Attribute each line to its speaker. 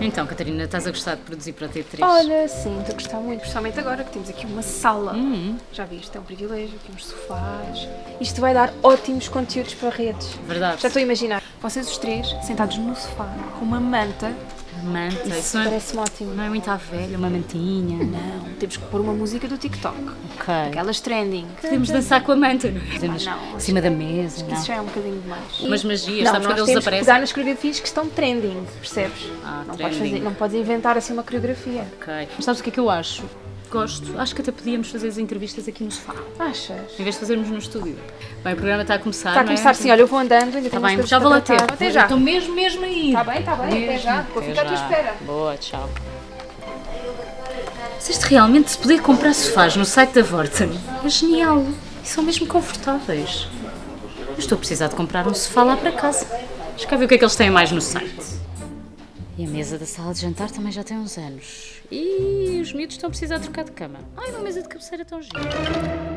Speaker 1: Então, Catarina, estás a gostar de produzir para a T3?
Speaker 2: Olha, sim, estou a gostar muito, principalmente agora que temos aqui uma sala. Já viste, é um privilégio, aqui uns sofás. Isto vai dar ótimos conteúdos para redes.
Speaker 1: Verdade.
Speaker 2: Já estou a imaginar. Vocês os três, sentados no sofá, com uma manta.
Speaker 1: Manta, isso
Speaker 2: Isso
Speaker 1: não é,
Speaker 2: parece-me ótimo.
Speaker 1: não é muito à velha, uma mantinha.
Speaker 2: Não, temos que pôr uma música do TikTok.
Speaker 1: Ok.
Speaker 2: Aquelas trending.
Speaker 1: Podemos dançar com a manta, não é? Podemos
Speaker 2: não,
Speaker 1: em cima da mesa, não?
Speaker 2: Isso já é um bocadinho demais.
Speaker 1: Umas magias,
Speaker 2: não,
Speaker 1: sabes
Speaker 2: nós
Speaker 1: quando eles
Speaker 2: temos que
Speaker 1: aparecem?
Speaker 2: pegar nas coreografias que estão trending, percebes?
Speaker 1: Ah,
Speaker 2: não,
Speaker 1: trending.
Speaker 2: Podes fazer, não podes inventar assim uma coreografia.
Speaker 1: Ok. Mas sabes o que é que eu acho? Gosto. Acho que até podíamos fazer as entrevistas aqui no sofá,
Speaker 2: Achas?
Speaker 1: em vez de fazermos no estúdio. Bem, o programa está a começar,
Speaker 2: Está a
Speaker 1: não é?
Speaker 2: começar assim, olha, eu vou andando, ainda
Speaker 1: Está
Speaker 2: tenho umas
Speaker 1: Tá bem,
Speaker 2: coisas
Speaker 1: já vou
Speaker 2: para
Speaker 1: lá ter.
Speaker 2: tratar. Até já.
Speaker 1: Estou mesmo, mesmo aí.
Speaker 2: Está bem, está bem, até
Speaker 1: Mesmo.
Speaker 2: já. Vou
Speaker 1: Até
Speaker 2: ficar à tua
Speaker 1: já.
Speaker 2: espera.
Speaker 1: Boa, tchau. Se este realmente se poder comprar sofás no site da Vorten, é genial. E são mesmo confortáveis. Eu estou a precisar de comprar um sofá lá para casa. Deixa cá ver o que é que eles têm mais no site. E a mesa da sala de jantar também já tem uns anos. E os miúdos estão a precisar trocar de cama. Ai, uma mesa de cabeceira tão gira.